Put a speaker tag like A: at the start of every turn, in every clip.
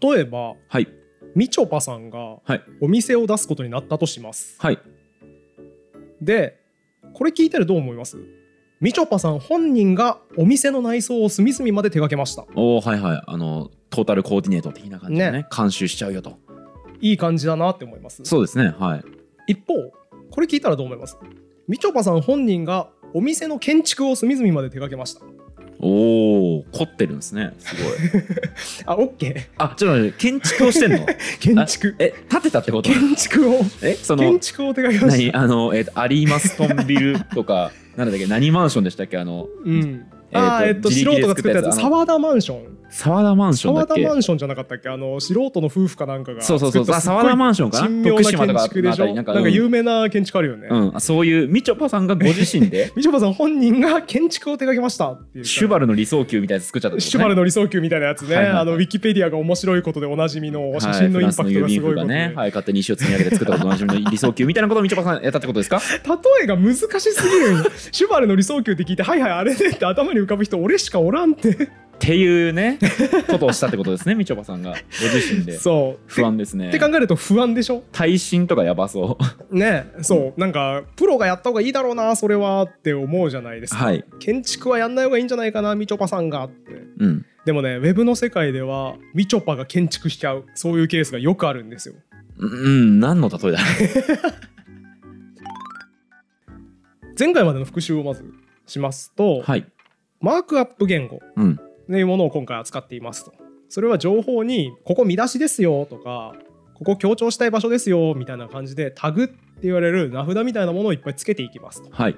A: 例えば
B: はい
A: みちょぱさんが
B: はい
A: お店を出すことになったとします
B: はい
A: でこれ聞いたらどう思いますみちょぱさん本人がお店の内装を隅々まで手掛けました
B: おおはいはいあのトータルコーディネート的な感じでね監修しちゃうよと
A: いい感じだなって思います
B: そうですねはい
A: 一方これ聞いたらどう思いますみちょぱさん本人がお店の建築を隅々まで手掛けました
B: おお凝ってるんですねすごい
A: あオッケ
B: あちょっと待って建築をしてんの
A: ー建築
B: え建てたってこと
A: 建築を
B: えその
A: 建築を手掛けまし
B: 何
A: た
B: あのえっ、とアリーマストンビルとか なんだっけ何マンションでしたっけあの
A: うんあーえ
B: え
A: っ
B: っと
A: と、
B: 自
A: 素
B: 力
A: 人
B: で
A: が作ったや
B: 作ったや
A: つ
B: つあの
A: 沢田マンション
B: 沢田マンションだ
A: 沢
B: っ
A: 田
B: け
A: マンションじゃなかったっけあの素人の夫婦かなんかが
B: そうそうそう
A: 作ったすっごい
B: あ沢田マンションかな
A: 珍妙
B: 徳島とか
A: 建築でし
B: あた
A: ょ
B: り
A: な
B: なんん
A: か
B: か
A: 有名な建築あるよね、
B: うん、そういうみちょぱさんがご自身 で
A: みちょぱさん本人が建築を手掛けましたっていう
B: シュバルの理想級みたいなやつ作っちゃったってことね
A: シュバルの理想級みたいなやつね、
B: はいはいはい
A: あのウィキペディアが面白いことでおなじみの写真のインパクトがすごいこと
B: はいフランスの郵便
A: で、
B: 局がね、はい、勝手に石を積み上げて作ったことおなじみの理想級みたいなことをみちょぱさんやったってことですか
A: 例えが難しすぎるんよ シュバルの理想級って聞いてはいはいあれねって頭に浮かぶ人俺しかおらんって
B: っていうねことをしたってことで すねみちょぱさんがご自 身で
A: そう
B: 不安ですね
A: って考えると不安でしょ
B: 耐震とかやばそ
A: ねそうなんかプロがやった方がいいだろうなそれはって思うじゃないです
B: う
A: か、
B: はい
A: 建築はやんない方がいいんじゃないかなみちょぱさんがって
B: うん
A: でもねウェブの世界ではみちょぱが建築しちゃうそういうケースがよくあるんですよ
B: うん何の例えだ
A: 前回までの復習をまずしますと、
B: はい
A: マークアップ言語
B: うん
A: というものを今回扱っていますとそれは情報にここ見出しですよとかここ強調したい場所ですよみたいな感じでタグって言われる名札みたいなものをいっぱいつけていきますと
B: はい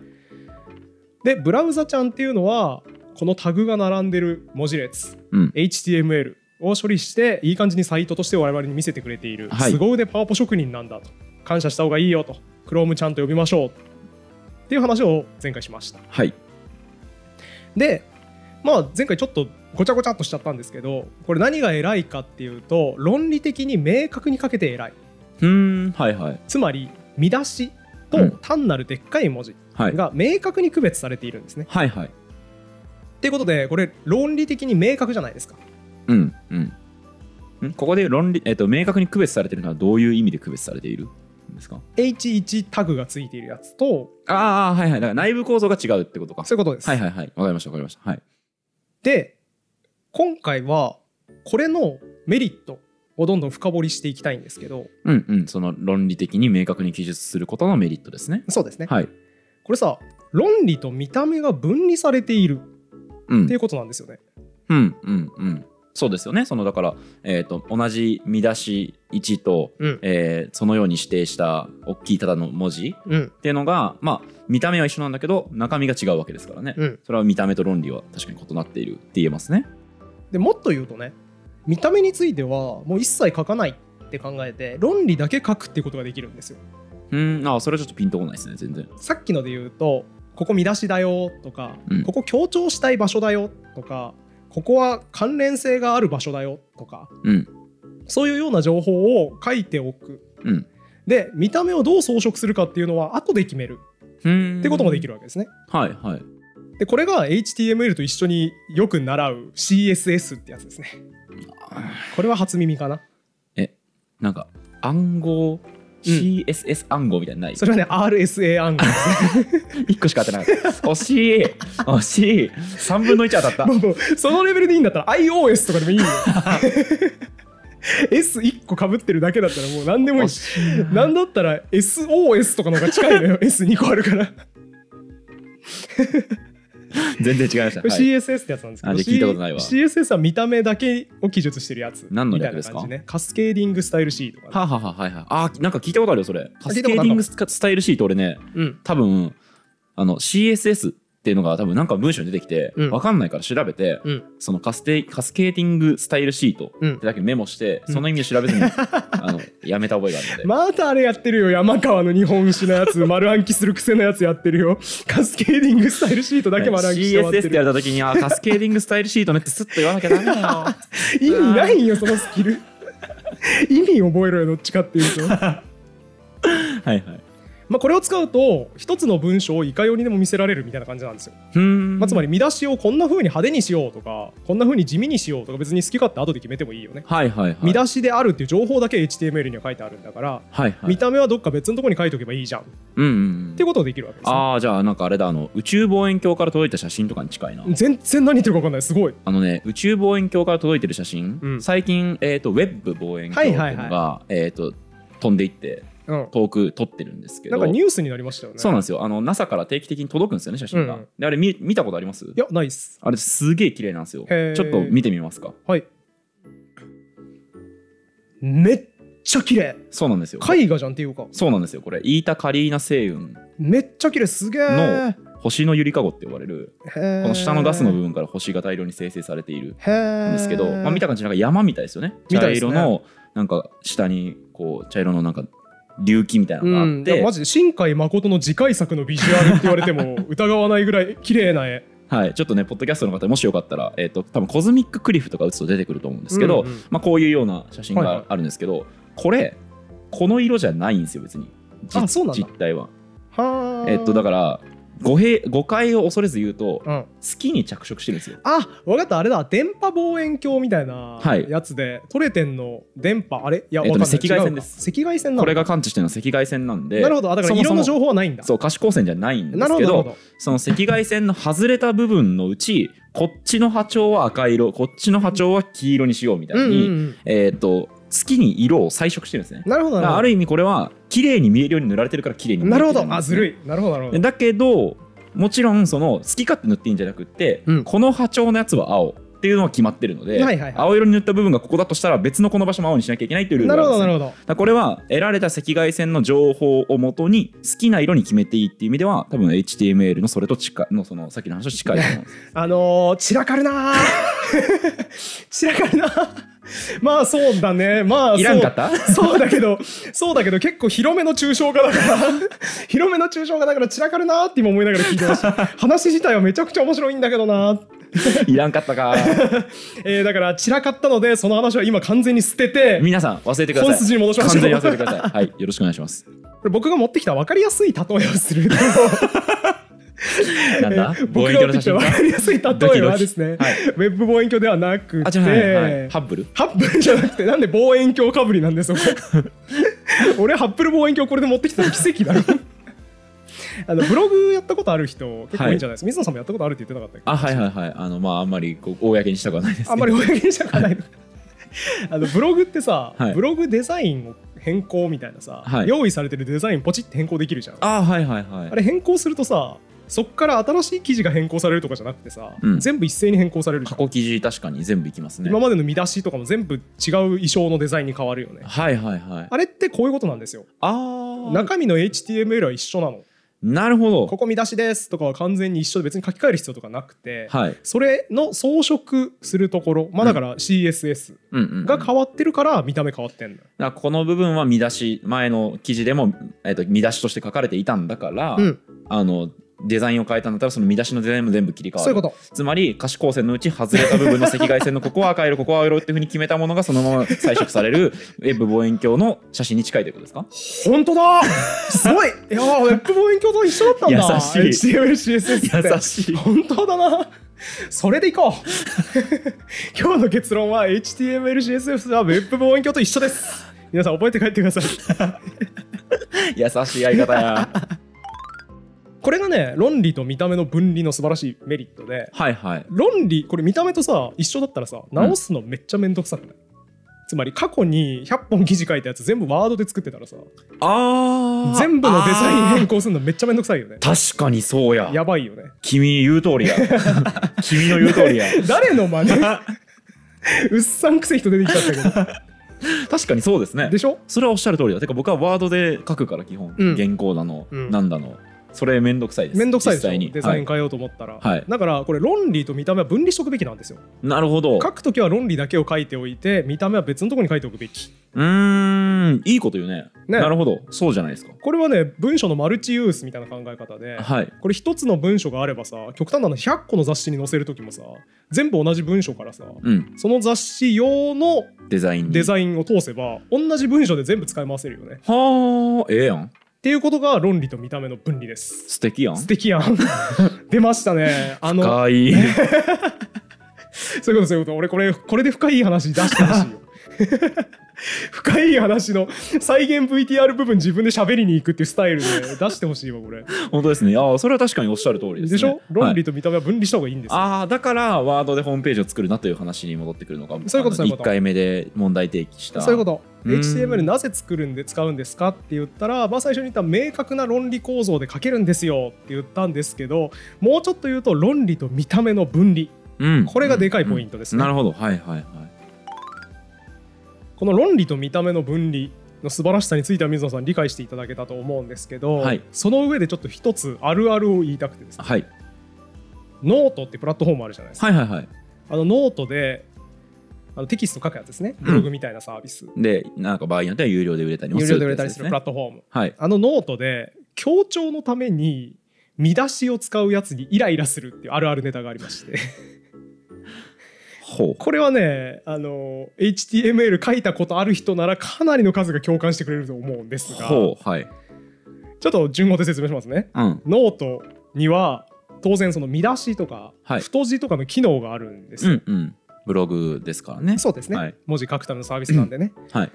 A: でブラウザちゃんっていうのはこのタグが並んでる文字列
B: うん
A: HTML を処理していい感じにサイトとして我々に見せてくれている、
B: はい
A: 凄腕パワポ職人なんだと感謝した方がいいよと Chrome ちゃんと呼びましょうっていう話を前回しました
B: はい
A: でまあ前回ちょっとごちゃごちゃっとしちゃったんですけどこれ何が偉いかっていうと論理的に明確にかけて偉いう
B: ーんはいはい
A: つまり見出し
B: う
A: と
B: ん
A: 単なるでっかい文字
B: はい
A: が明確に区別されているんですね。
B: はいはい
A: っていうことでこれ論理的に明確じゃないですか。
B: うんうんんここで論理、えっと明確に区別されてるのはどういう意味で区別されているんですか
A: H1 タグがついているやつと
B: ああはいはいだから内部構造が違うってことか
A: そういうことです。
B: はいはいはいわかりましたわかりましたはい
A: で今回はこれのメリットをどんどん深掘りしていきたいんですけど
B: うんうんその論理的に明確に記述することのメリットですね
A: そうですね、
B: はい
A: これさ論理と見た目が分離されている
B: う
A: っ
B: ん
A: ていうことなんですよね。
B: うんうんうんそうですよねそのだから、えっと同じ見出し1と、
A: うん
B: えーそのように指定した大きいただの文字
A: うん
B: っていうのがまあ見た目は一緒なんだけど中身が違うわけですからね、
A: うん、
B: それは見た目と論理は確かに異なっているって言えますね
A: でもっと言うとね見た目についてはもう一切書かないって考えて論理だけ書くっていうことができるんですよ。
B: うんあそれはちょっとピンとこないですね全然
A: さっきので言うとここ見出しだよとか、
B: うん
A: ここ強調したい場所だよとかここは関連性がある場所だよとか
B: うん
A: そういうような情報を書いておく
B: うん
A: で見た目をどう装飾するかっていうのは後で決める
B: うん
A: ってこともでき
B: る
A: るわけですね。
B: はいはい
A: でこれが HTML と一緒によく習う CSS ってやつですね。これは初耳かな。
B: なんか暗号 CSS 暗号みたいなのない、
A: それはね RSA 暗号ですね。
B: 一個しか当てなかった惜しい惜しい3分の1当たった
A: もう もうそのレベルでいいんだったら iOS とかでもいいよ。S1 個かぶってるだけだったらもう何でもいい
B: 惜
A: し。
B: し いな
A: なんだったら SOS とかの方が近い のよ。S2 個あるから。
B: 全然違いました、はい、
A: CSS ってやつなんですけど
B: あじゃあ聞いたことないわ
A: C- CSS は見た目だけを記述してるやつ
B: 何の
A: みたいな
B: 略ですか
A: 感じねカスケーディングスタイル C とかね、
B: はあはあはあはいはいあなんか聞いたことあるよそれカ
A: 聞いた
B: ス
A: こ
B: ケ
A: とあるか
B: ーディン
A: も
B: グスカスタイルシート俺ね
A: うん
B: 多分あの CSS っていうのが多分なんか文章に出てきて、
A: うん
B: わかんないから調べて、
A: うん
B: そのカステカスケーティングスタイルシート
A: うん
B: ってだけメモして、
A: うん
B: その意味で調べずにあのやめた覚えがあるので、
A: またあれやってるよ山川の日本酒のやつ丸暗記する癖のやつやってるよカスケーディングスタイルシートだけ丸暗記して終わって
B: CSS ってや
A: る
B: れた時にあカスケーティングスタイルシートねってスッと言わなきゃダメだよ
A: 意味ないんよそのスキル 意味覚えろよどっちかっていうと
B: はいはい
A: まあ、これを使うと一つの文章をいかようにでも見せられるみたいな感じなんですよ、
B: うん
A: まあ、つまり見出しをこんな風に派手にしようとかこんな風に地味にしようとか別に好き勝手後で決めてもいいよね、
B: はいはいはい
A: 見出しであるっていう情報だけ HTML には書いてあるんだから、
B: はいはい
A: 見た目はどっか別のところに書いておけばいいじゃんっ
B: うんうん
A: てことができるわけです、ね、
B: ああじゃあなんかあれだあの宇宙望遠鏡から届いた写真とかに近いな
A: 全然何言ってるか分かんないすごい
B: あのね宇宙望遠鏡から届いてる写真、
A: うん
B: 最近、えー、とウェッブ望遠鏡っていうのが、
A: はいはい
B: えー、と飛んでいって
A: うん
B: 遠く撮ってるんですけ
A: な
B: ど
A: んかニュースになりましたよね
B: そうなん
A: い
B: ですよあの NASA から定期的に届くんですよね写真が、
A: うん
B: であれ見見たことあります
A: やないっす
B: あれすげえ綺麗なんですよ
A: へー
B: ちょっと見てみますか
A: はいめっちゃ綺麗
B: そうなんですよ
A: 絵画じゃんっていうか
B: そうなんですよこれイータ・カリーナ星雲
A: めっちゃ綺麗すげ
B: の
A: え
B: 星のゆりかごって呼ばれるこ
A: こ
B: の下のガスの部分から星が大量に生成されている
A: 分
B: んですけど、まあ、見た感じなんか山みたいですよね
A: みた
B: 茶
A: いですね
B: 色のなんか下にこう茶色のなんか隆起みたいなのがあっ
A: うんい
B: て、
A: やマジで新海誠の次回作のビジュアルって言われて も疑わないぐらい綺麗な絵
B: はい、ちょっとねポッドキャストの方もしよかったら、えー、と多分コズミッククリフとか打つと出てくると思うんですけど、
A: うんうん
B: まあ、こういうような写真
A: はいはい
B: があるんですけど、これこの色じゃないんですよ別にじ
A: あそうなんだ
B: 実態は。
A: は
B: えっとだ
A: か
B: から誤弊誤解を恐れず言うと
A: ら、うん、
B: 月に着色してるんですよ。
A: あわかったあれだ電波望遠鏡みたいな
B: はい
A: やつで、トレテンの電波あれいや、
B: えっと
A: わか
B: ね
A: んない
B: 赤外線です
A: 違うか赤外線なの
B: これが感知してるのは赤外線なんで
A: なるほどあだから色の
B: そもそも
A: 情報はないんだ
B: そう可視光線じゃないんで
A: なる
B: す
A: ほ
B: け
A: どなる
B: ど
A: ほど
B: その赤外線の外れた部分のうちこっちの波長は赤色こっちの波長は黄色にしようみたいに、
A: うんうんうん
B: えーっと月に色を彩色してるんですね。
A: なるほど
B: だ
A: な
B: か
A: るほ
B: ら
A: ど
B: ある意味これは綺麗に見えるように塗られてるから綺麗に見え
A: な
B: て
A: る
B: る
A: ほ
B: んですね
A: どあずるいなるほどなるほど
B: だけどもちろんその好き勝手塗っていいんじゃなくって、
A: うん
B: この波長のやつは青っていうのは決まってるので、
A: はいはいはい
B: 青色に塗った部分がここだとしたら別のこの場所も青にしなきゃいけないというルー
A: な
B: ル
A: る
B: があ
A: ほ
B: る
A: どなるほ
B: んですね、
A: ど
B: だからこれは得られた赤外線の情報をもとに好きな色に決めていいっていう意味では多分 HTML のそれと近いのそのさっきの話と近いと思うんです
A: あのー、散らかるなー 散らかるなー まあそうだねまあ
B: いらんか った
A: そうそうだけどそうだけど結構広めの抽象画だから 広めの抽象画だから散らかるなーって今思いながら聞いてま した話自体はめちゃくちゃ面白いんだけどなー、
B: いらんかったか
A: えーだから散らかったのでその話は今完全に捨てて
B: 皆さん忘れてください
A: 本筋に戻しましょう
B: 完全に忘れてくださいはいよろしくお願いします
A: これ僕が持ってきた分かりやすい例えをすると
B: なんだ 望
A: 僕
B: 遠
A: が持っ
B: 鏡の
A: てきた
B: 写真
A: 分
B: か
A: かりやすい例えはですね
B: ドキドキはい
A: ウェブ望遠鏡ではなくて
B: あじゃあはいはいハッブル
A: ハッブルじゃなくて、なんで望遠鏡かぶりなんですよ。 俺、ハッブル望遠鏡これで持ってきたの奇跡だろ。あのブログやったことある人結構いいんじゃないですか、水野さんもやったことあるって言ってなかったっけ
B: あはいはいはいあのまああんまりこう公にしたくはないですけど
A: あんまり公にしたくはないのあのブログってさ、
B: はい
A: ブログデザインを変更みたいなさ、
B: はい
A: 用意されてるデザインポチって変更できるじゃんあ
B: あはいはいはい
A: れ変更するとさそっから新しい記事が変更されるとかじゃなくてさ、
B: うん
A: 全部一斉に変更されるじゃ
B: 過
A: ん、
B: 去記事確かに全部いきますね
A: 今までの見出しとかも全部違う衣装のデザインに変わるよね
B: はいはいはい
A: あれってこういうことなんですよ
B: あー
A: 中身の HTML は一緒なの
B: なるほ
A: こ
B: ど
A: こ見出しですとかは完全に一緒で別に書き換える必要とかなくて、
B: はい
A: それの装飾するところまあだから CSS
B: うんうんうん
A: が変わってるから見た目変わってんの、
B: だからこの部分は見出し前の記事でも、えっと見出しとして書かれていたんだから、
A: うん
B: あのデザインを変えたんだったらその見出しのデザインも全部切り替わ
A: そうい
B: る
A: うこと
B: つまり可視光線のうち外れた部分の赤外線のここは赤色ここは青色っていうふうに決めたものがそのまま彩色さ れるウェブ望遠鏡の写真に近いということですか
A: 本当だすごいいやーウェブ望遠鏡と一緒だったんだ
B: 優
A: HTMLCSS って
B: し
A: 本当だなそれでいこう 今日の結論は HTMLCSS は Web 望遠鏡と一緒です皆さん覚えて帰ってください
B: 優しい相方や
A: これがね論理と見た目の分離の素晴らしいメリットで
B: はいはい
A: 論理これ見た目とさ一緒だったらさ直すのめっちゃめんどくさくない、つまり過去に100本記事書いたやつ全部ワードで作ってたらさ
B: あー
A: 全部のデザイン変
B: あ
A: 更するのめっちゃめんどくさいよね
B: ー確かにそうや
A: やばいよね
B: 君言う 通りや君の言う通りや
A: 誰の 真似うっさんくせえ人出てきちゃったけ
B: 確かにそうですね
A: どでしょ
B: それはおっしゃる通りだてか僕はワードで書くから基本、
A: うん
B: 原稿だの、
A: うん
B: なんだのそれめんどくさいです
A: めんどくさいで
B: 実際
A: し
B: に
A: ょデザイン
B: は
A: 変えようと思ったら、
B: はい
A: だからこれ論理と見た目は分離しとくべきなんですよ
B: いなるほど
A: 書くときは論理だけを書いておいて見た目は別のとこに書いておくべき
B: うーんいいこと言うね
A: ね
B: なるほどそうじゃないですか
A: これはね文書のマルチユースみたいな考え方で、
B: はい
A: これ一つの文書があればさ極端なの100個の雑誌に載せる時もさ全部同じ文書からさ
B: うん
A: その雑誌用の
B: デザインに
A: デザインを通せば同じ文書で全部使い回せるよね
B: はあええやん
A: っていうことが論理と見た目の分離です。
B: 素敵やん
A: 素敵やん。 出ましたね。あの、
B: 深い
A: そういうことそういうこと。俺これこれで深い話出してほしいよ。 深い話の再現 VTR 部分自分で喋りに行くっていうスタイルで出してほしいわこれ。
B: 本当ですねああそれは確かにおっしゃる通りです、ね、
A: でしょ？論理
B: はい
A: と見た目は分離した方がいいんですよ。
B: ああだからワードでホームページを作るなという話に戻ってくるのか
A: そういうこと
B: あの
A: そういうこと
B: 1回目で問題提起した
A: そういうこと。
B: うん
A: HTML なぜ作るんで使うんですかって言ったら、まあ、最初に言った明確な論理構造で書けるんですよって言ったんですけどもうちょっと言うと論理と見た目の分離
B: うん
A: これがでかいポイントですね
B: なるほどはいはいはい
A: この論理と見た目の分離の素晴らしさについては水野さん理解していただけたと思うんですけど、
B: はい
A: その上でちょっと一つあるあるを言いたくてですね
B: はい
A: ノートってプラットフォームあるじゃないですか、
B: はいはいはい
A: あのノートであのテキスト書くやつですねブログみたいなサービス、
B: でなんか場合によっては有料で売れたりも
A: 有
B: する
A: 料で
B: って
A: 売れた
B: やつ
A: り
B: ですす
A: る
B: ね
A: プラットフォーム
B: はい
A: あのノートで強調のために見出しを使うやつにイライラするっていうあるあるネタがありまして
B: ほう
A: これはねあの HTML 書いたことある人ならかなりの数が共感してくれると思うんですがちょ
B: ほうはい
A: っと順語で説明しますね
B: うん
A: ノートには当然その見出しとか
B: はい
A: 太字とかの機能があるんです
B: う
A: よ、
B: んうんブログですからね
A: そうですね、
B: はい
A: 文字書くためのサービスなんでね、
B: はい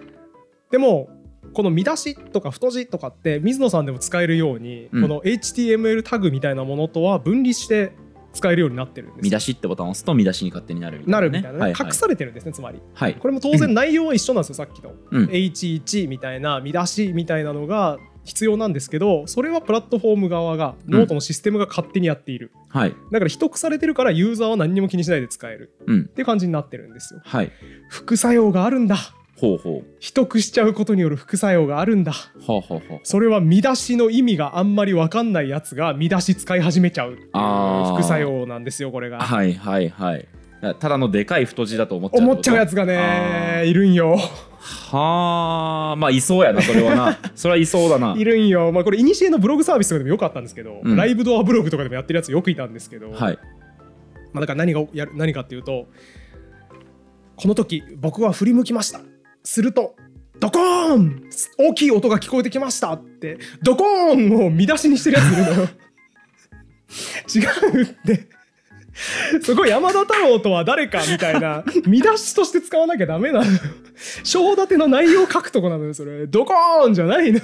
A: でもこの見出しとか太字とかって水野さんでも使えるように、
B: うん
A: この HTML タグみたいなものとは分離して使えるようになってるんですよ
B: 見出しってボタンを押すと見出しに勝手になるみたい
A: な
B: な、ね、
A: るみたいなね、
B: はいはい
A: 隠されてるんですねつまり
B: はい
A: これも当然内容は一緒なんですよさっきと、
B: うん
A: H1 みたいな見出しみたいなのが必要なんですけどそれはプラットフォーム側がノートのシステムが勝手にやっている、
B: はい
A: だから秘匿されてるからユーザーは何にも気にしないで使える
B: うん
A: っていう感じになってるんですよ
B: はい
A: 副作用があるんだ
B: ほうほ
A: 秘匿しちゃうことによる副作用があるんだ
B: うはあ、はあはあ、
A: それは見出しの意味があんまり分かんないやつが見出し使い始めちゃうっていう
B: あー
A: 副作用なんですよこれが
B: はいはいはい。だただのでかい太字だと思っちゃう
A: 思っちゃうやつが
B: あ
A: ね
B: ー
A: いるんよ
B: はあ、まあいそうやな、それは な。それはいそうだな。
A: いるんよ、まあ、これ、いにしえのブログサービスとかでもよかったんですけど、
B: うん
A: ライブドアブログとかでもやってるやつよくいたんですけど、
B: はい。
A: まあ、だから何がやる何かっていうと、この時僕は振り向きました。すると、ドコーン大きい音が聞こえてきましたって、ドコーンを見出しにしてるやついるの よ。違うって。そこ山田太郎とは誰かみたいな見出しとして使わなきゃダメなのよ章立ての内容を書くとこなのよそれドコーンじゃないのよ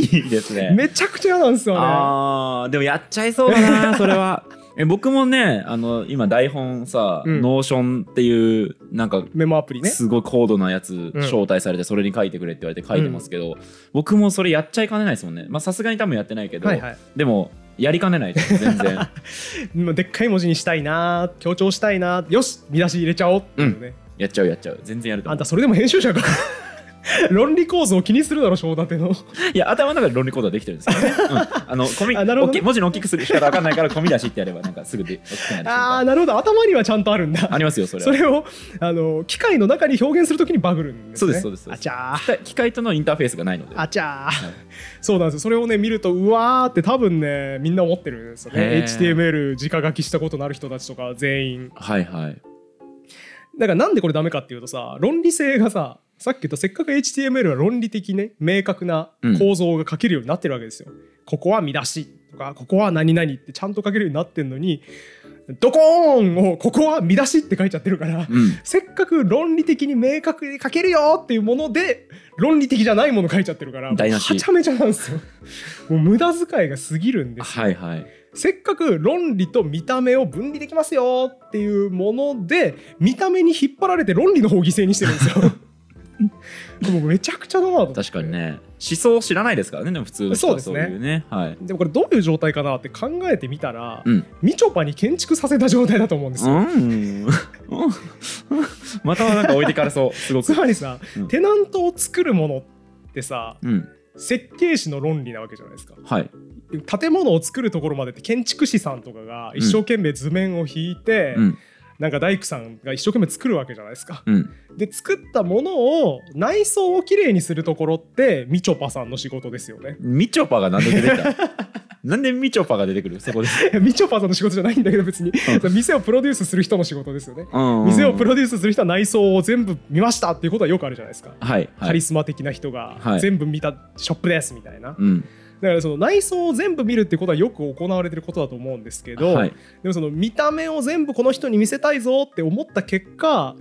B: いいですね。
A: めちゃくちゃ嫌なんですよね。
B: ああ、でもやっちゃいそう だな、それは。え僕もね、あの今台本さ、
A: うん
B: ノーションっていうなんか
A: メモアプリね。
B: すごい高度なやつ
A: ん
B: 招待されてそれに書いてくれって言われて書いてますけど、僕もそれやっちゃいかねないですもんねまあさすがに多分やってないけど、
A: はいはい
B: でもやりかねないです全 然
A: まあでっかい文字にしたいな、強調したいな、よし、見出し入れちゃおうっていうね。
B: やっちゃうやっちゃう全然やる
A: あ
B: と思
A: ん
B: う
A: たそれでも編集者か。 論理構造を気にするだろ、章立て の。
B: いや頭の中で論理行動はできてるんですけどね、うん、あ のコミ
A: あなるほど
B: 大きい文字の大きくする仕方わかんないから込み出しってやればなんかすぐで大きくなるし
A: ああ、
B: み
A: なるほど、頭にはちゃんとあるん
B: たいなあ
A: だ。
B: りますよそれ
A: そ
B: は
A: れをあの機械の中に表現するときにバグるんですね。
B: そうですそうですそうです
A: あちゃー。
B: 機械機械とのインターフェースがないので
A: あちゃー、そうなんですよそれをね見るとうわーって多分ねみんな思ってるんですよ
B: へ
A: ね
B: ー
A: HTML 直書きしたことのある人たちとか全員
B: はいはい
A: だからなんでこれダメかっていうとさ論理性がささっき言ったせっかく HTML は論理的ね明確な構造が書けるようになってるわけですよ。ここは見出しとかここは何々ってちゃんと書けるようになってんのにドコーンをここは見出しって書いちゃってるから。
B: うん
A: せっかく論理的に明確に書けるよっていうもので論理的じゃないもの書いちゃってるから
B: 台無し
A: はちゃめちゃなんですよもう無駄遣いが過ぎるんですよ
B: はいはい
A: せっかく論理と見た目を分離できますよっていうもので見た目に引っ張られて論理の方を犠牲にしてるんです よ。もうめちゃくちゃだなと思って
B: 確かにね思想を知らないですからねでも普通の人は
A: そ
B: そうう
A: ですね
B: いうねはい
A: でもこれどういう状態かなって考えてみたら、
B: うん
A: みちょぱに建築させた状態だと思うんです
B: う
A: よ。
B: んまたはなんか置いてかれそうすごく
A: つまりさ、
B: うん
A: テナントを作るものってさ
B: うん
A: 設計士の論理なわけじゃないですか
B: はい
A: 建物を作るところまでって建築士さんとかが一生懸命図面を引いて、
B: うん
A: なんか大工さんが一生懸命作るわけじゃないですか
B: うん
A: で作ったものを内装をきれいにするところってみちょぱさんの仕事ですよね。
B: みちょぱが何で出てきたなんでみちょぱが出てくるそこで。
A: みちょぱさんの仕事じゃないんだけど別に、店をプロデュースする人の仕事ですよね、
B: うん
A: 店をプロデュースする人は内装を全部見ましたっていうことはよくあるじゃないですか、
B: はい。
A: カ
B: は
A: リ
B: い。
A: スマ的な人が
B: はい
A: 全部見たショップですみたいな、
B: うん。
A: だからその内装を全部見るってことはよく行われてることだと思うんですけど、
B: はい。
A: でもその見た目を全部この人に見せたいぞって思った結果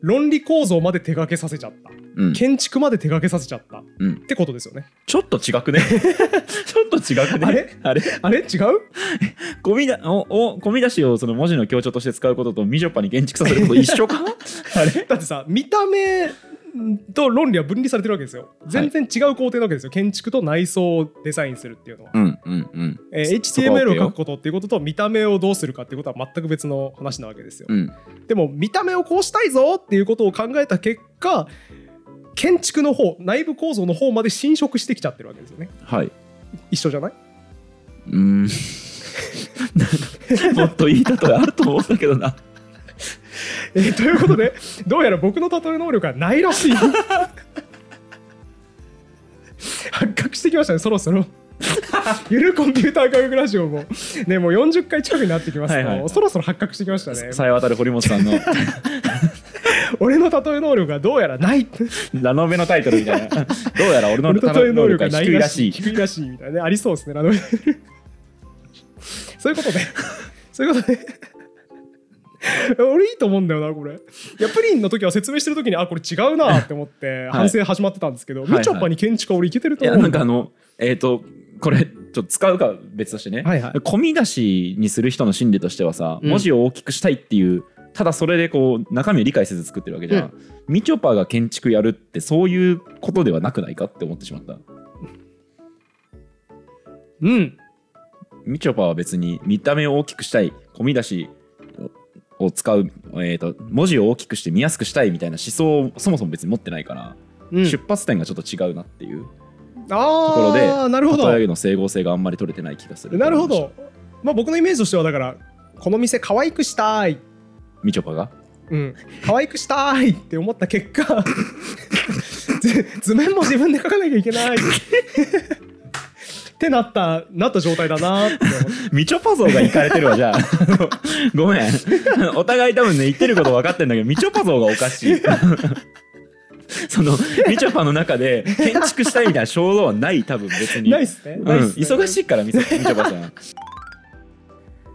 A: 論理構造まで手掛けさせちゃった
B: うん。
A: 建築まで手掛けさせちゃったっ
B: うん
A: てことですよね
B: ちょっと違くね。 ちょっと違くね。
A: あれ
B: あれ
A: あれ違う
B: ゴミだ、お、お、ゴミ出しをその文字の強調として使うことと、みちょぱに建築させること一緒かあれ
A: だってさ見た目と論理は分離されてるわけですよ全然違う工程なわけですよ、建築と内装をデザインするっていうのは、
B: うんうんうん。
A: えー
B: そこは
A: HTML を
B: OK よ
A: 書くことっていうことと見た目をどうするかっていうことは全く別の話なわけですよ、
B: うん。
A: でも見た目をこうしたいぞっていうことを考えた結果建築の方内部構造の方まで侵食してきちゃってるわけですよね
B: はい。
A: 一緒じゃないう
B: ーん。 なんかもっといい例えあると思うんだけどな。
A: えーということでどうやら僕の例え能力はないらしい発覚してきましたねそろそろゆるコンピューター科学ラジオもねもう40回近くになってきますと、
B: はいはいはい
A: そろそろ発覚してきましたね
B: さえ渡る堀本さんの
A: 俺の例え能力がどうやらない
B: ラノベのタイトルみた いな。どうやら俺の
A: 俺の例え能
B: 能
A: 力
B: 力
A: が
B: が
A: ない
B: 低い
A: ら
B: ら
A: し
B: し
A: い
B: い。
A: 低いらしいみたいなねありそうですねラノベ そういうことで そういうことで俺いいと思うんだよなこれいやプリンの時は説明してる時にあこれ違うなって思って反省始まってたんですけど、
B: いはい
A: みちょぱに建築家俺いけてる
B: い
A: と思
B: や、
A: う
B: なんかあの、えっ、と、これ、ちょっと使うか別としてね。
A: はいはい
B: 込み出しにする人の心理としてはさ、
A: うん
B: 文字を大きくしたいっていう、ただそれでこう、中身を理解せず作ってるわけじゃん。みちょぱが建築やるって、そういうことではなくないかって思ってしまった。
A: うん
B: みちょぱは別に見た目を大きくしたい、込み出しを使う、えー、と文字を大きくして見やすくしたいみたいな思想をそもそも別に持ってないから、
A: うん
B: 出発点がちょっと違うなっていうところで、
A: ああなるほど
B: 例えの整合性があんまり取れてない気がする。
A: なるほ。どまあ僕のイメージとしてはだからこの店可愛くしたい
B: みちょぱが
A: うん、可愛くしたいって思った結 果図図面も自分で描かなきゃいけないってなったなった状態だなって思って
B: みちょぱ像がいかれてるわ、じゃあ。 ごめん。 お互い多分ね、言ってること分かってんだけど、みちょぱ像がおかしい。 その、みちょぱの中で、建築したいみたいな衝動はない、多分別に。
A: ないっすね
B: うん
A: ないっすね
B: 忙しいからみちょみちょぱさん。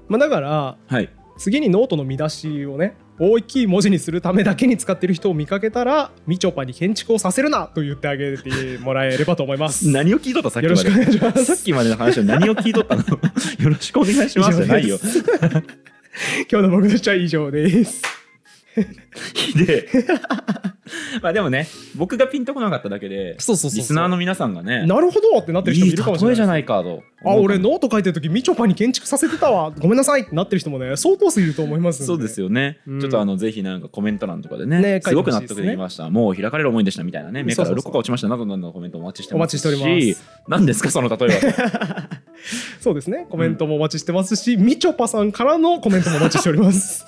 A: まあ、だから
B: はい。
A: 次にノートの見出しをね大きい文字にするためだけに使ってる人を見かけたらみちょぱに建築をさせるなと言ってあげてもらえればと思います。よ
B: 何を聞いとったさっき
A: ろ
B: ま
A: しくお願
B: で。
A: いしま
B: さ
A: す
B: っ。きまでの話は何を聞いとった のよろしくお願いしますじゃないよ。
A: 今日の僕としては以上です。
B: ひでえまあでもね、僕がピンとこなかっただけで、
A: そうそう
B: リスナーの皆さんがね、
A: なるほどってなってる人
B: い
A: も
B: い
A: いるかもしれ
B: 例
A: な
B: え
A: い
B: じゃないかと。
A: あ俺ノート書いてる時みちょぱに建築させてたわごめんなさいってなってる人もね相当数いると思いますん
B: そうですよね、
A: うん
B: ちょっとあのぜひなんかコメント欄とかでね
A: ね
B: すごく
A: 書い
B: 納
A: てほしいですね
B: 得できました、もう開かれる思いでしたみたいなね目から鱗が落ちましたなどなどのコメントお待ちしてま
A: お待
B: す
A: ちしております
B: 何ですかその例えは
A: そうですねコメントもお待ちしてますし、みちょぱさんからのコメントもお待ちしております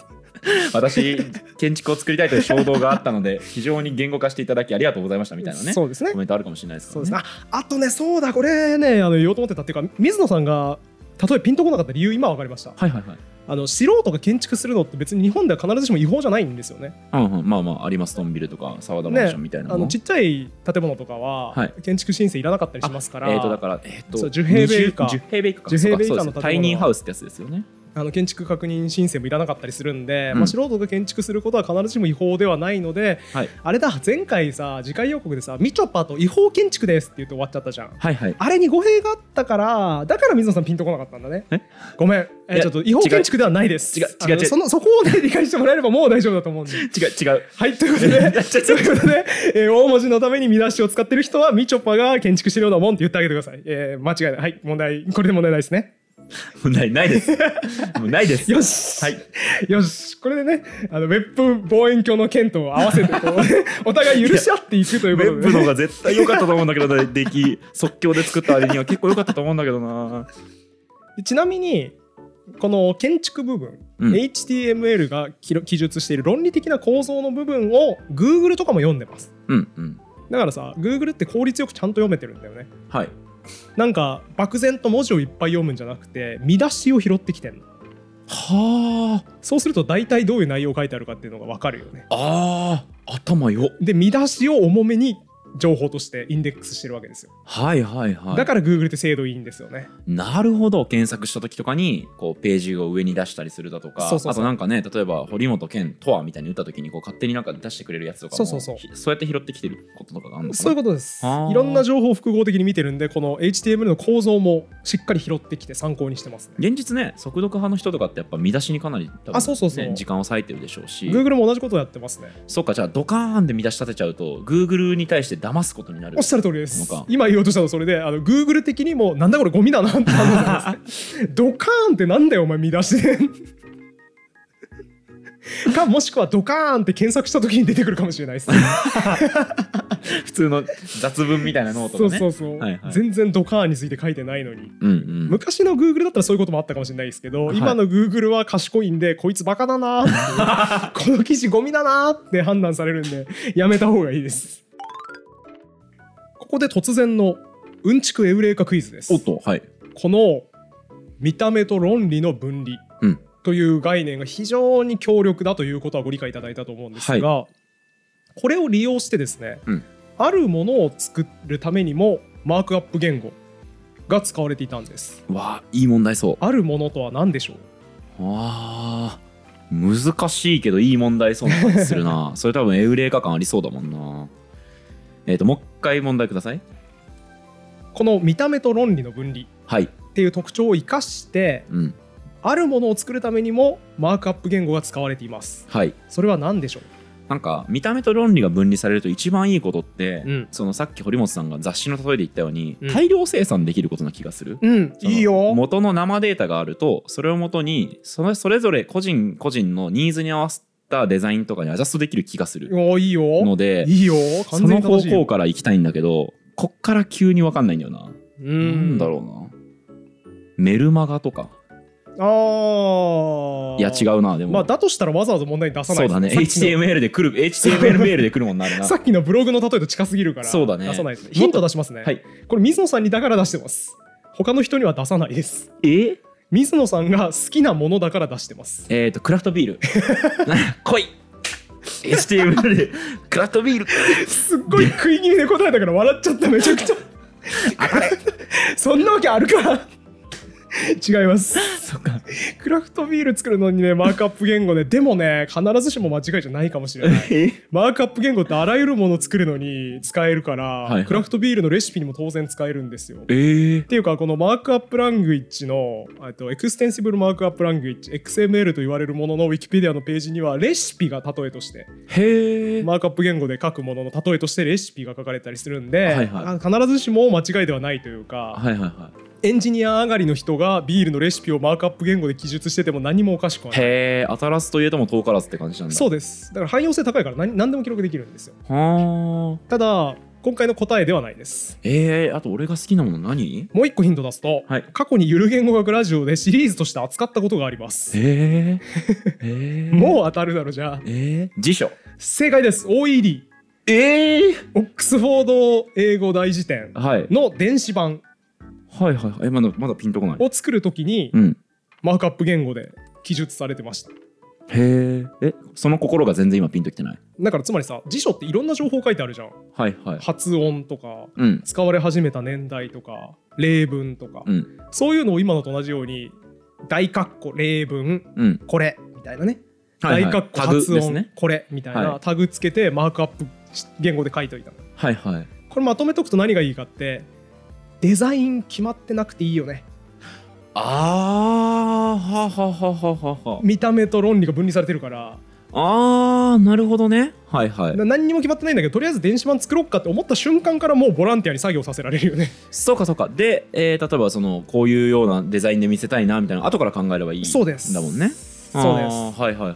B: 私建築を作りたいという衝動があったので非常に言語化していただきありがとうございましたみたいなね
A: そうですね
B: コメントあるかもしれないです
A: そ
B: か
A: う
B: ら
A: です
B: ね
A: ねああとねそうだこれねあの言おうと思ってたっていうか水野さんが例えピンとこなかった理由今分かりました
B: はいはいはい
A: あの素人が建築するのって別に日本では必ずしも違法じゃないんですよね
B: うんうん、まあまあありますトンビルとか沢田マンションみたいな
A: あ
B: も
A: の
B: ん
A: ちっちゃい建物とかは
B: はい
A: 建築申請いらなかったりしますから,、
B: えー、とだから、えー、と
A: そう10平米以下
B: 20 10平米以下か
A: 10平米以下の
B: そうかそ
A: 建物
B: うですタイニーハウスってやつですよね
A: あの建築確認申請もいらなかったりするんで、
B: うん
A: まあ、素人が建築することは必ずしも違法ではないので、
B: はい
A: あれだ前回さ次回予告でさ「みちょぱと違法建築です」って言って終わっちゃったじゃん。
B: はいはい
A: あれに語弊があったからだから水野さんピンとこなかったんだね
B: え
A: ごめんえ
B: いや
A: ちょっと違法建築ではないです
B: 違う違う
A: あの
B: 違う
A: そのそこをね理解してもらえればもう大丈夫だと 思うんで
B: 違う違う
A: はいということで ということで、えー大文字のために見出しを使ってる人はみちょぱが建築してるようなもんって言ってあげてください、えー間違いないはい問題これで問題ないですね
B: もうないないですもうないです
A: よし、
B: はい
A: よしこれでねあのウェブ望遠鏡の剣と合わせてこう お互い許し合っていくという
B: ウ
A: こ
B: ェ
A: と
B: ブ
A: で、
B: の
A: ね、
B: 方が絶対良かったと思うんだけどな、出来、即興で作ったあれには結構良かったと思うんだけどな。
A: ちなみにこの建築部分、
B: うん
A: HTML が記録記述している論理的な構造の部分を Google とかも読んでます
B: うんうん。
A: だからさ Google って効率よくちゃんと読めてるんだよね
B: はい。
A: なんか漠然と文字をいっぱい読むんじゃなくて見出しを拾ってきてんの
B: は
A: そうすると大体どういう内容書いてあるかっていうのが分かるよね
B: ああー頭よ
A: で見出しを重めに情報としてインデックスしてるわけですよ、
B: はいはいはい
A: だから Google って精度いいんですよね
B: なるほど検索した時とかにこうページを上に出したりするだとか
A: そうそうそう
B: あとなんかね例えば堀本健とはみたいに打った時にこう勝手になんか出してくれるやつとかも
A: そうそうそう
B: ひそうやって拾ってきてることとかがあるのかな
A: そういうことです
B: あー
A: いろんな情報を複合的に見てるんでこの HTML の構造もしっかり拾ってきて参考にしてますね
B: 現実ね速読派の人とかってやっぱ見出しにかなり多分
A: あそうそうそう
B: ね時間を割いてるでしょうし
A: Google も同じことをやってますね
B: そっかじゃあドカーンで見出し立てちゃうと Google に対して騙すことになる
A: おっしゃる通りです
B: のか
A: 今言おうとしたのそれであの Google 的にもなんだこれゴミだなって感じ ですドカーンってなんだよお前見出しで かもしくはドカーンって検索した時に出てくるかもしれないです、
B: 普通の雑文みたいなノート
A: そ
B: が
A: う
B: ね
A: そうそう、
B: はいはい
A: 全然ドカーンについて書いてないのに
B: うん うん
A: 昔の Google だったらそういうこともあったかもしれないですけど、
B: はい
A: 今の Google は賢いんでこいつバカだなーっていうこの記事ゴミだなーって判断されるんでやめた方がいいですここで突然のうんちくエウレーカクイズです
B: おっとはい
A: この見た目と論理の分離
B: うん
A: という概念が非常に強力だということはご理解いただいたと思うんですが、これを利用してですね、
B: うん
A: あるものを作るためにもマークアップ言語が使われていたんです
B: わあいい問題そう
A: あるものとは何でしょう
B: あー難しいけどいい問題そうな感じす るなそれ多分エウレカ感ありそうだもんなえっ、ともう一回問題ください
A: この見た目と論理の分離
B: はい
A: っていう特徴を生かして
B: うん
A: あるものを作るためにもマークアップ言語が使われています
B: はい
A: それは何でしょう
B: なんか見た目と論理が分離されると一番いいことって、
A: うん
B: そのさっき堀本さんが雑誌の例えで言ったように、
A: うん
B: 大量生産できることな気がする、
A: うん
B: その
A: いいよ
B: 元の生データがあるとそれを元にそのそれぞれ個人個人のニーズに合わせたデザインとかにアジャストできる気がする
A: おいいよ
B: ので
A: いいよ
B: そ
A: 完全
B: の
A: に正
B: 方
A: しいよ
B: 向から行きたいんだけどこっから急に分かんないんだよな、
A: う
B: なんだろうなメルマガとか
A: ああ
B: いや違
A: う
B: うなでも、
A: まあだとしたらわざわざ問題に出さな
B: そ
A: いう
B: だね HTML で来る HTML メールで来るもんなあれな
A: さっきのブログの例えと近すぎるから
B: そうだね
A: 出さないですヒント出しますね、
B: はい
A: これ水野さんにだから出してます他の人には出さないです
B: え
A: 水野さんが好きなものだから出してます
B: えー、とクラフトビール 来い HTML でクラフトビール
A: すっごい食い気味で答えたから笑っちゃっためちゃくちゃそんなわけあるか違います
B: そっか
A: クラフトビール作るのにねマークアップ言語ねでもね必ずしも間違いじゃないかもしれない
B: え
A: マークアップ言語ってあらゆるものを作るのに使えるから、
B: いはい
A: クラフトビールのレシピにも当然使えるんですよ。っ
B: えー、
A: ていうかこのマークアップラングイッジのえっとエクステンシブルマークアップラングイッジ XML と言われるもののウィキペディアのページにはレシピが例えとして
B: へえ、
A: マークアップ言語で書くものの例えとしてレシピが書かれたりするんで、
B: はいはい
A: あ必ずしも間違いではないというか
B: はいはいは
A: エンジニア上がりの人がビールのレシピをマークアップ言語で記述してても何もおかしくはいない。
B: へえ当たらずといえども遠からずって感じなんだ
A: そうですだから汎用性高いから何何でも記録できるんですよ
B: はあ
A: ただ今回の答えではないです
B: えー、あと俺が好きなもの何
A: もう一個ヒント出すと、
B: はい
A: 過去にゆる言語学ラジオでシリーズとして扱ったことがあります。
B: へええ ー、
A: もう当たるだろじゃあ。
B: えー、辞書
A: 正解です。OED、
B: ええ
A: オックスフォード英語大辞典
B: はい、
A: の電子版
B: はいはいはいえまだまだピンとこない
A: を作るときに
B: うん
A: マークアップ言語で記述されてました。
B: へええその心が全然今ピンときてない
A: だからつまりさ、辞書っていろんな情報書いてあるじゃん。
B: はいはい
A: 発音とか、
B: うん
A: 使われ始めた年代とか、例文とか、
B: うん
A: そういうのを今のと同じように、大括弧例文、
B: うん
A: これみたいなね。
B: はい
A: 大
B: はい
A: 括弧
B: タグ
A: 発
B: です
A: 音、
B: ね
A: これみたい
B: は
A: ないタグつけてマークアップし言語で書いといたの
B: はいはい
A: これまとめとくと何がいいかってデザイン決まってなくていいよね
B: ああはははははは
A: 見た目と論理が分離されてるから
B: あーなるほどねはいはい
A: な何にも決まってないんだけどとりあえず電子版作ろっかって思った瞬間からもうボランティアに作業させられるよね
B: そうかそうかで、えー例えばそのこういうようなデザインで見せたいなみたいな後から考えればいい
A: そうです
B: だもんね
A: そうで
B: あ
A: す
B: ーはいはいはい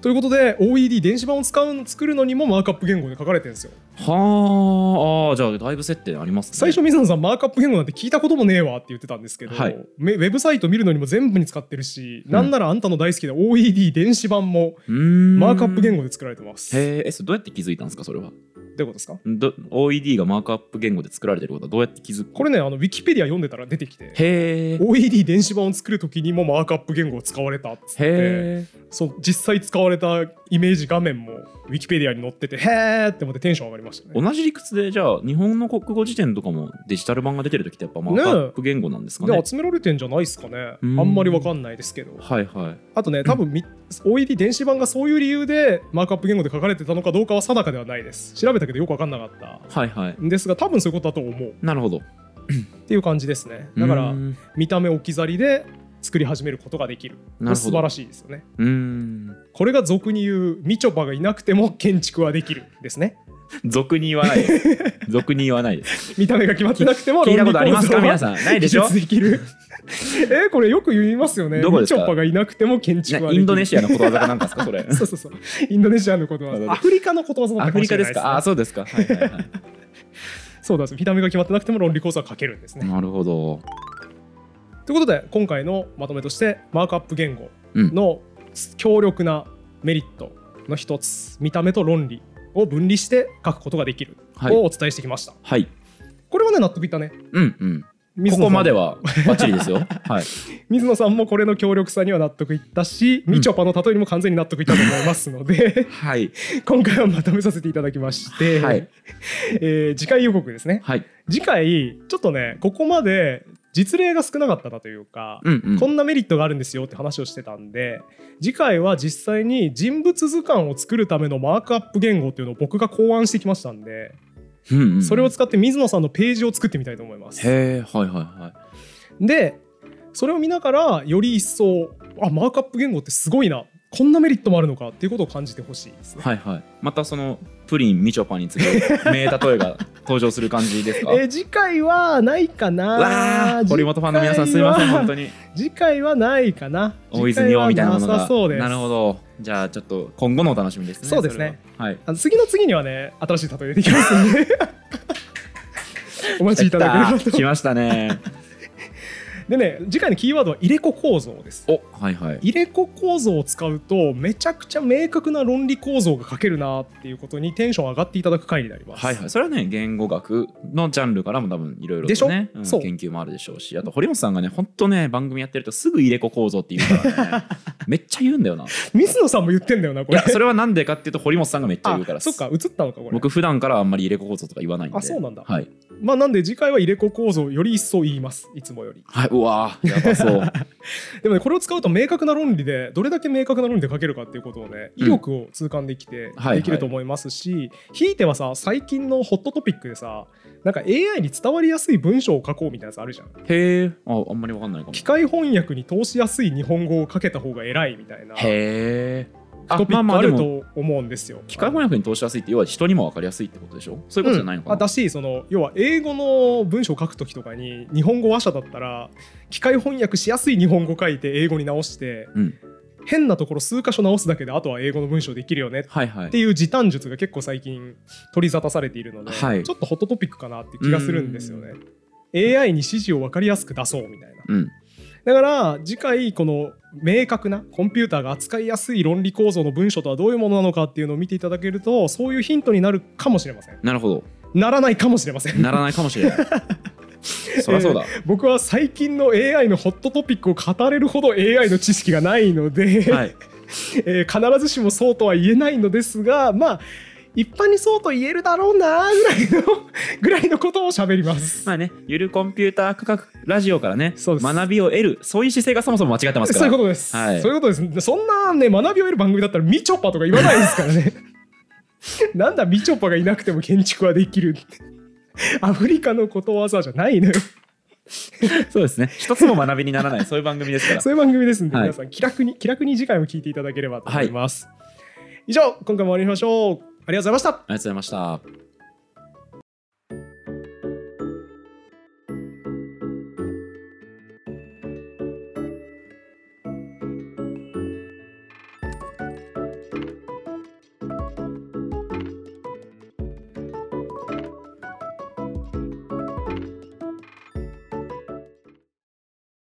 A: ということで OED 電子版を使う作るのにもマークアップ言語で書かれてるんですよ
B: はーあーじゃあだいぶ接点ありますね
A: 最初水野さんマークアップ言語なんて聞いたこともねえわって言ってたんですけど、
B: はい
A: めウェブサイト見るのにも全部に使ってるし、なんならあんたの大好きな OED 電子版も
B: うーん
A: マークアップ言語で作られてます。
B: へーえそれどうやって気づいたんですかそれは
A: どういうことですか
B: ど OED がマークアップ言語で作られてることはどうやって気づく
A: これねあのウィキペディア読んでたら出てきて
B: へえ
A: OED 電子版を作る時にもマークアップ言語を使われたっつって
B: へえ
A: そう実際使われたイメージ画面もウィキペディアに載っててへーって思ってテンション上がりましたね。
B: 同じ理屈でじゃあ日本の国語辞典とかもデジタル版が出てる時ってやっぱマークアップ言語なんですかね
A: で集められてんじゃないですかねあ
B: うん
A: んまりわかんないですけど
B: はいはい
A: あとね多分み OED 電子版がそういう理由でマークアップ言語で書かれてたのかどうかは定かではないです調べたけどよくわかんなかった
B: はいはい
A: んですが多分そういうことだと思う
B: なるほど
A: っていう感じですねだから
B: うん
A: 見た目置き去りで作り始めることができる
B: なるほど
A: 素晴らしいですよね
B: うん
A: これが俗に言うみちょぱがいなくても建築はできるですね
B: 俗に言わ ないです俗に言わないです
A: 見た目が決まってなくても
B: 聞いたことありますか
A: 論理
B: 皆
A: 構造は
B: さんないでしょ
A: 技術でき るえこれよく言いますよね
B: どこで
A: み
B: す
A: ち
B: か
A: ょぱがいなくても建築は
B: な
A: でき
B: イ
A: る
B: ンドネシアのことわざかなんかですかそれ
A: そうそうそう。インドネシアのこと
B: なるほ
A: は
B: ど
A: アフリカのことわざだった
B: アフ
A: かも
B: リ
A: し
B: カ
A: れな
B: で
A: いで
B: す
A: す、ね。
B: かあそうですかはいはいはい
A: そうなんです。見た目が決まってなくても論理構造は書けるんですね。
B: なるほど
A: ということで、今回のまとめとして、マークアップ言語
B: うん
A: の強力なメリットの一つ、見た目と論理を分離して書くことができる、
B: はい
A: をお伝えしてきました。
B: はい
A: これはね、納得いったね。
B: うんうん
A: 水野
B: こ
A: さん
B: こまではバッチリ ですよはい
A: 水野さんもこれの強力さには納得いったし、
B: うん
A: みちょぱの例えにも完全に納得いったと思いますので
B: はい
A: 今回はまとめさせていただきまして、
B: はい
A: えー次回予告ですね
B: はい
A: 次回ちょっとねここまで実例が少なかったなというか、
B: うんうん
A: こんなメリットがあるんですよって話をしてたんで次回は実際に人物図鑑を作るためのマークアップ言語っていうのを僕が考案してきましたんで、
B: うんうん
A: それを使って水野さんのページを作ってみたいと思います。
B: へえはいはいはい
A: でそれを見ながらより一層あマークアップ言語ってすごいなこんなメリットもあるのかっていうことを感じてほしいですね。
B: はいはい。またそのプリンみちょぱに次 ぐ名例えが登場する感じですか。
A: えー次回はないかな
B: わあ、堀本ファンの皆さんす
A: 次回
B: い
A: は
B: ません本当に。
A: 次回はないかな
B: 大泉洋みたいなもの
A: 次回はな
B: が。
A: さそうです
B: なるほど。じゃあちょっと今後のお楽しみですね。
A: そうですね
B: それは。はい。
A: あの次の次にはね新しい例え出てきますん でお待ちいただければ
B: 来
A: と
B: ました ね。
A: でね次回のキーワードは入れ子構造です
B: お、はいはい。
A: 入れ子構造を使うとめちゃくちゃ明確な論理構造が書けるなっていうことにテンション上がっていただく回になります、
B: はいはい、それはね言語学のジャンルからも多分いろいろ
A: でしょ
B: とね、うん
A: そう
B: 研究もあるでしょうしあと堀本さんがねほんとね番組やってるとすぐ入れ子構造って言う からねめっちゃ言うんだよな
A: 水野さんも言ってんだよなこ
B: い
A: れ
B: やそれはなんでかっていうと堀本さんがめっちゃ
A: あ
B: 言うから
A: そっか映ったのかこれ
B: 僕普段からあんまり入れ子構造とか言わないんで
A: あそうなんだ
B: はい、
A: まあなんで次回は入れ子構造をより一層言いますいつもより
B: はいうわーやばそう
A: でもねこれを使うと明確な論理でどれだけ明確な論理で書けるかっていうことをね
B: う
A: 威
B: ん
A: 力を痛感できて
B: はい
A: できると思いますし、ひいてはさ最近のホットトピックでさなんか AI に伝わりやすい文章を書こうみたいなやつあるじゃん
B: へえああんまりわかんないかも
A: 機械翻訳に通しやすい日本語を書けた方が偉いみたいなト
B: へえ
A: ピ
B: まあ
A: ッ
B: ま
A: ク
B: あ
A: あ
B: で
A: る
B: も
A: と思うんですよ。
B: 機械翻訳に通しやすいって要は人にもわかりやすいってことでしょそういうことじゃないの
A: うんあ
B: かな、
A: だしその要は英語の文章を書く時とかに日本語話者だったら機械翻訳しやすい日本語書いて英語に直して
B: うん
A: 変なところ数箇所直すだけであとは英語の文章できるよね
B: はいは
A: っ
B: い
A: ていう時短術が結構最近取り沙汰されているので、
B: はい
A: ちょっとホットトピックかなっていう気がするんですよね。AI に指示を分かりやすく出そうみたいな。
B: うん
A: だから次回この明確なコンピューターが扱いやすい論理構造の文章とはどういうものなのかっていうのを見ていただけるとそういうヒントになるかもしれません。
B: なるほど
A: ならないかもしれません。
B: ならないかもしれない そりゃそうだ、
A: 僕は最近の AI のホットトピックを語れるほど AI の知識がないので、
B: はい
A: えー必ずしもそうとは言えないのですがまあ一般にそうと言えるだろうなぐらいの ぐらいのことを喋ります。
B: まあねゆるコンピューター科学ラジオからね
A: そうです
B: 学びを得るそういう姿勢がそもそも間違ってますから
A: そういうことです、
B: はい
A: そういうことです。そんなね学びを得る番組だったらみちょぱとか言わないですからね。 なんだみちょぱがいなくても建築はできる って。アフリカのことわざじゃないのよ。
B: そうですね一つも学びにならないそういう番 組ですから
A: そういう番組ですんで、
B: はい
A: 皆さん気楽に気楽に次回も聞いていただければと思います。以上今回も終わりにしましょう。ありがとうございました。
B: ありがとうございました